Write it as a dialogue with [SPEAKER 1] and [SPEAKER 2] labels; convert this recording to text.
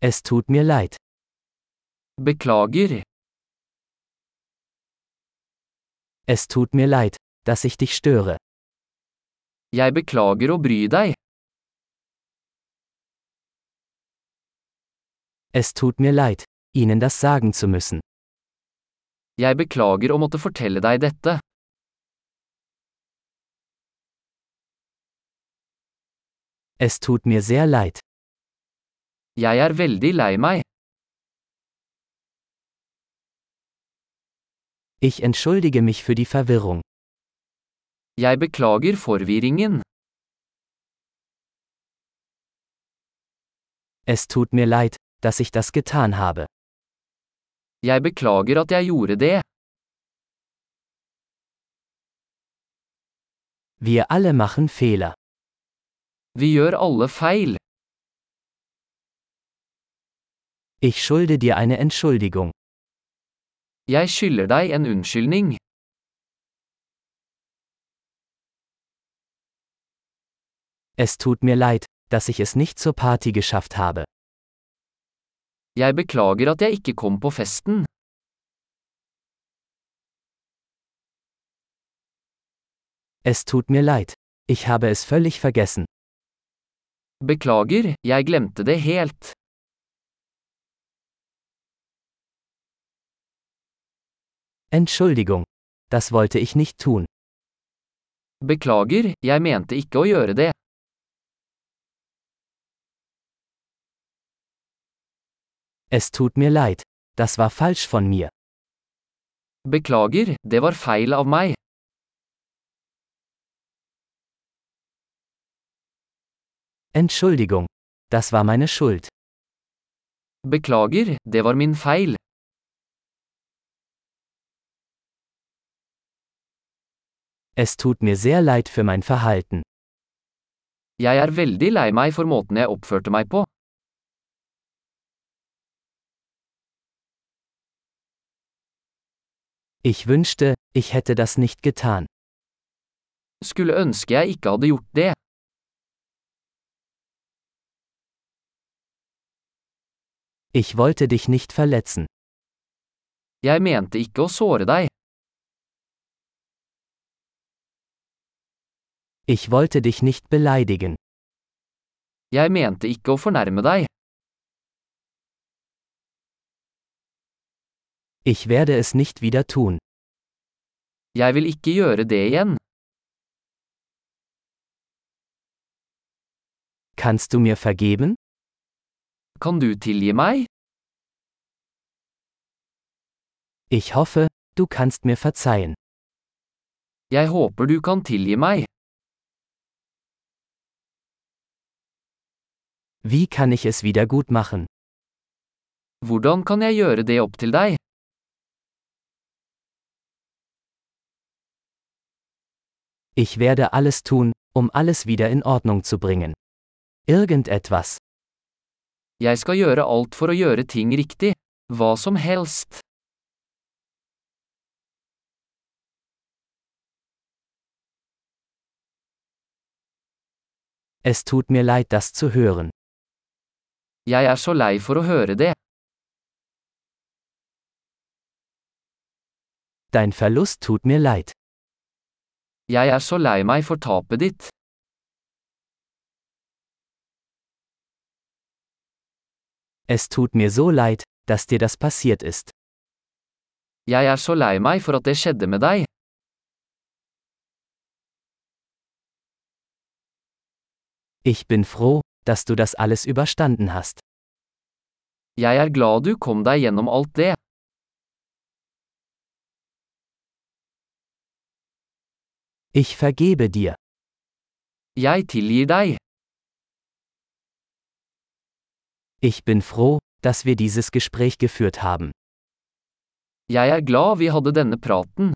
[SPEAKER 1] Es tut mir leid.
[SPEAKER 2] Beklager.
[SPEAKER 1] Es tut mir leid, dass ich dich störe.
[SPEAKER 2] Jeg beklager å bry deg.
[SPEAKER 1] Es tut mir leid, Ihnen das sagen zu müssen.
[SPEAKER 2] Jeg beklager å måtte fortelle deg dette.
[SPEAKER 1] Es tut mir sehr leid.
[SPEAKER 2] Jeg er veldig lei meg.
[SPEAKER 1] Ich entschuldige mich für die Verwirrung.
[SPEAKER 2] Jeg beklager forvirringen.
[SPEAKER 1] Es tut mir leid, dass ich das getan habe.
[SPEAKER 2] Jeg beklager at jeg gjorde det.
[SPEAKER 1] Wir alle machen Fehler.
[SPEAKER 2] Vi gjør alle feil.
[SPEAKER 1] Ich schulde dir eine Entschuldigung.
[SPEAKER 2] Jeg skylder deg en unnskyldning.
[SPEAKER 1] Es tut mir leid, dass ich es nicht zur Party geschafft habe.
[SPEAKER 2] Jeg beklager at jeg ikke kom på festen.
[SPEAKER 1] Es tut mir leid. Ich habe es völlig vergessen.
[SPEAKER 2] Beklager, jeg glemte det helt.
[SPEAKER 1] Entschuldigung. Das wollte ich nicht tun.
[SPEAKER 2] Beklager, jeg mente ikke å gjøre det.
[SPEAKER 1] Es tut mir leid. Das war falsch von mir.
[SPEAKER 2] Beklager, det var feil av meg.
[SPEAKER 1] Entschuldigung. Das war meine Schuld.
[SPEAKER 2] Beklager, det var min feil.
[SPEAKER 1] Es tut mir sehr leid für mein Verhalten.
[SPEAKER 2] Jeg er veldig lei meg for måten jeg oppførte meg på.
[SPEAKER 1] Ich wünschte, ich hätte das nicht getan.
[SPEAKER 2] Skulle ønske jeg ikke hadde gjort det.
[SPEAKER 1] Ich wollte dich nicht verletzen.
[SPEAKER 2] Jeg mente ikke å såre deg.
[SPEAKER 1] Ich wollte dich nicht beleidigen.
[SPEAKER 2] Jeg mente ikke å fornærme deg.
[SPEAKER 1] Ich werde es nicht wieder tun.
[SPEAKER 2] Jeg vil ikke gjøre det igjen.
[SPEAKER 1] Kannst du mir vergeben?
[SPEAKER 2] Kan du tilgi meg?
[SPEAKER 1] Ich hoffe, du kannst mir verzeihen.
[SPEAKER 2] Jeg håper du kan tilgi meg.
[SPEAKER 1] Wie kann ich es wieder gut machen?
[SPEAKER 2] Hvordan kan jeg gjøre det opp til deg?
[SPEAKER 1] Ich werde alles tun, um alles wieder in Ordnung zu bringen. Irgendetwas.
[SPEAKER 2] Jeg skal gjøre alt for å gjøre ting riktig. Hva som helst.
[SPEAKER 1] Es tut mir leid, das zu hören.
[SPEAKER 2] Jeg er så lei for å høre det.
[SPEAKER 1] Dein Verlust tut mir leid.
[SPEAKER 2] Jeg er så lei meg for tapet ditt.
[SPEAKER 1] Es tut mir so leid, dass dir das passiert ist.
[SPEAKER 2] Jeg er så lei meg for at det skjedde med deg.
[SPEAKER 1] Ich bin froh, dass du das alles überstanden hast.
[SPEAKER 2] Jeg er glad du kom deg gjennom alt det.
[SPEAKER 1] Ich vergebe dir.
[SPEAKER 2] Jeg tilgir deg.
[SPEAKER 1] Ich bin froh, dass wir dieses Gespräch geführt haben.
[SPEAKER 2] Jeg er glad vi hadde denne praten.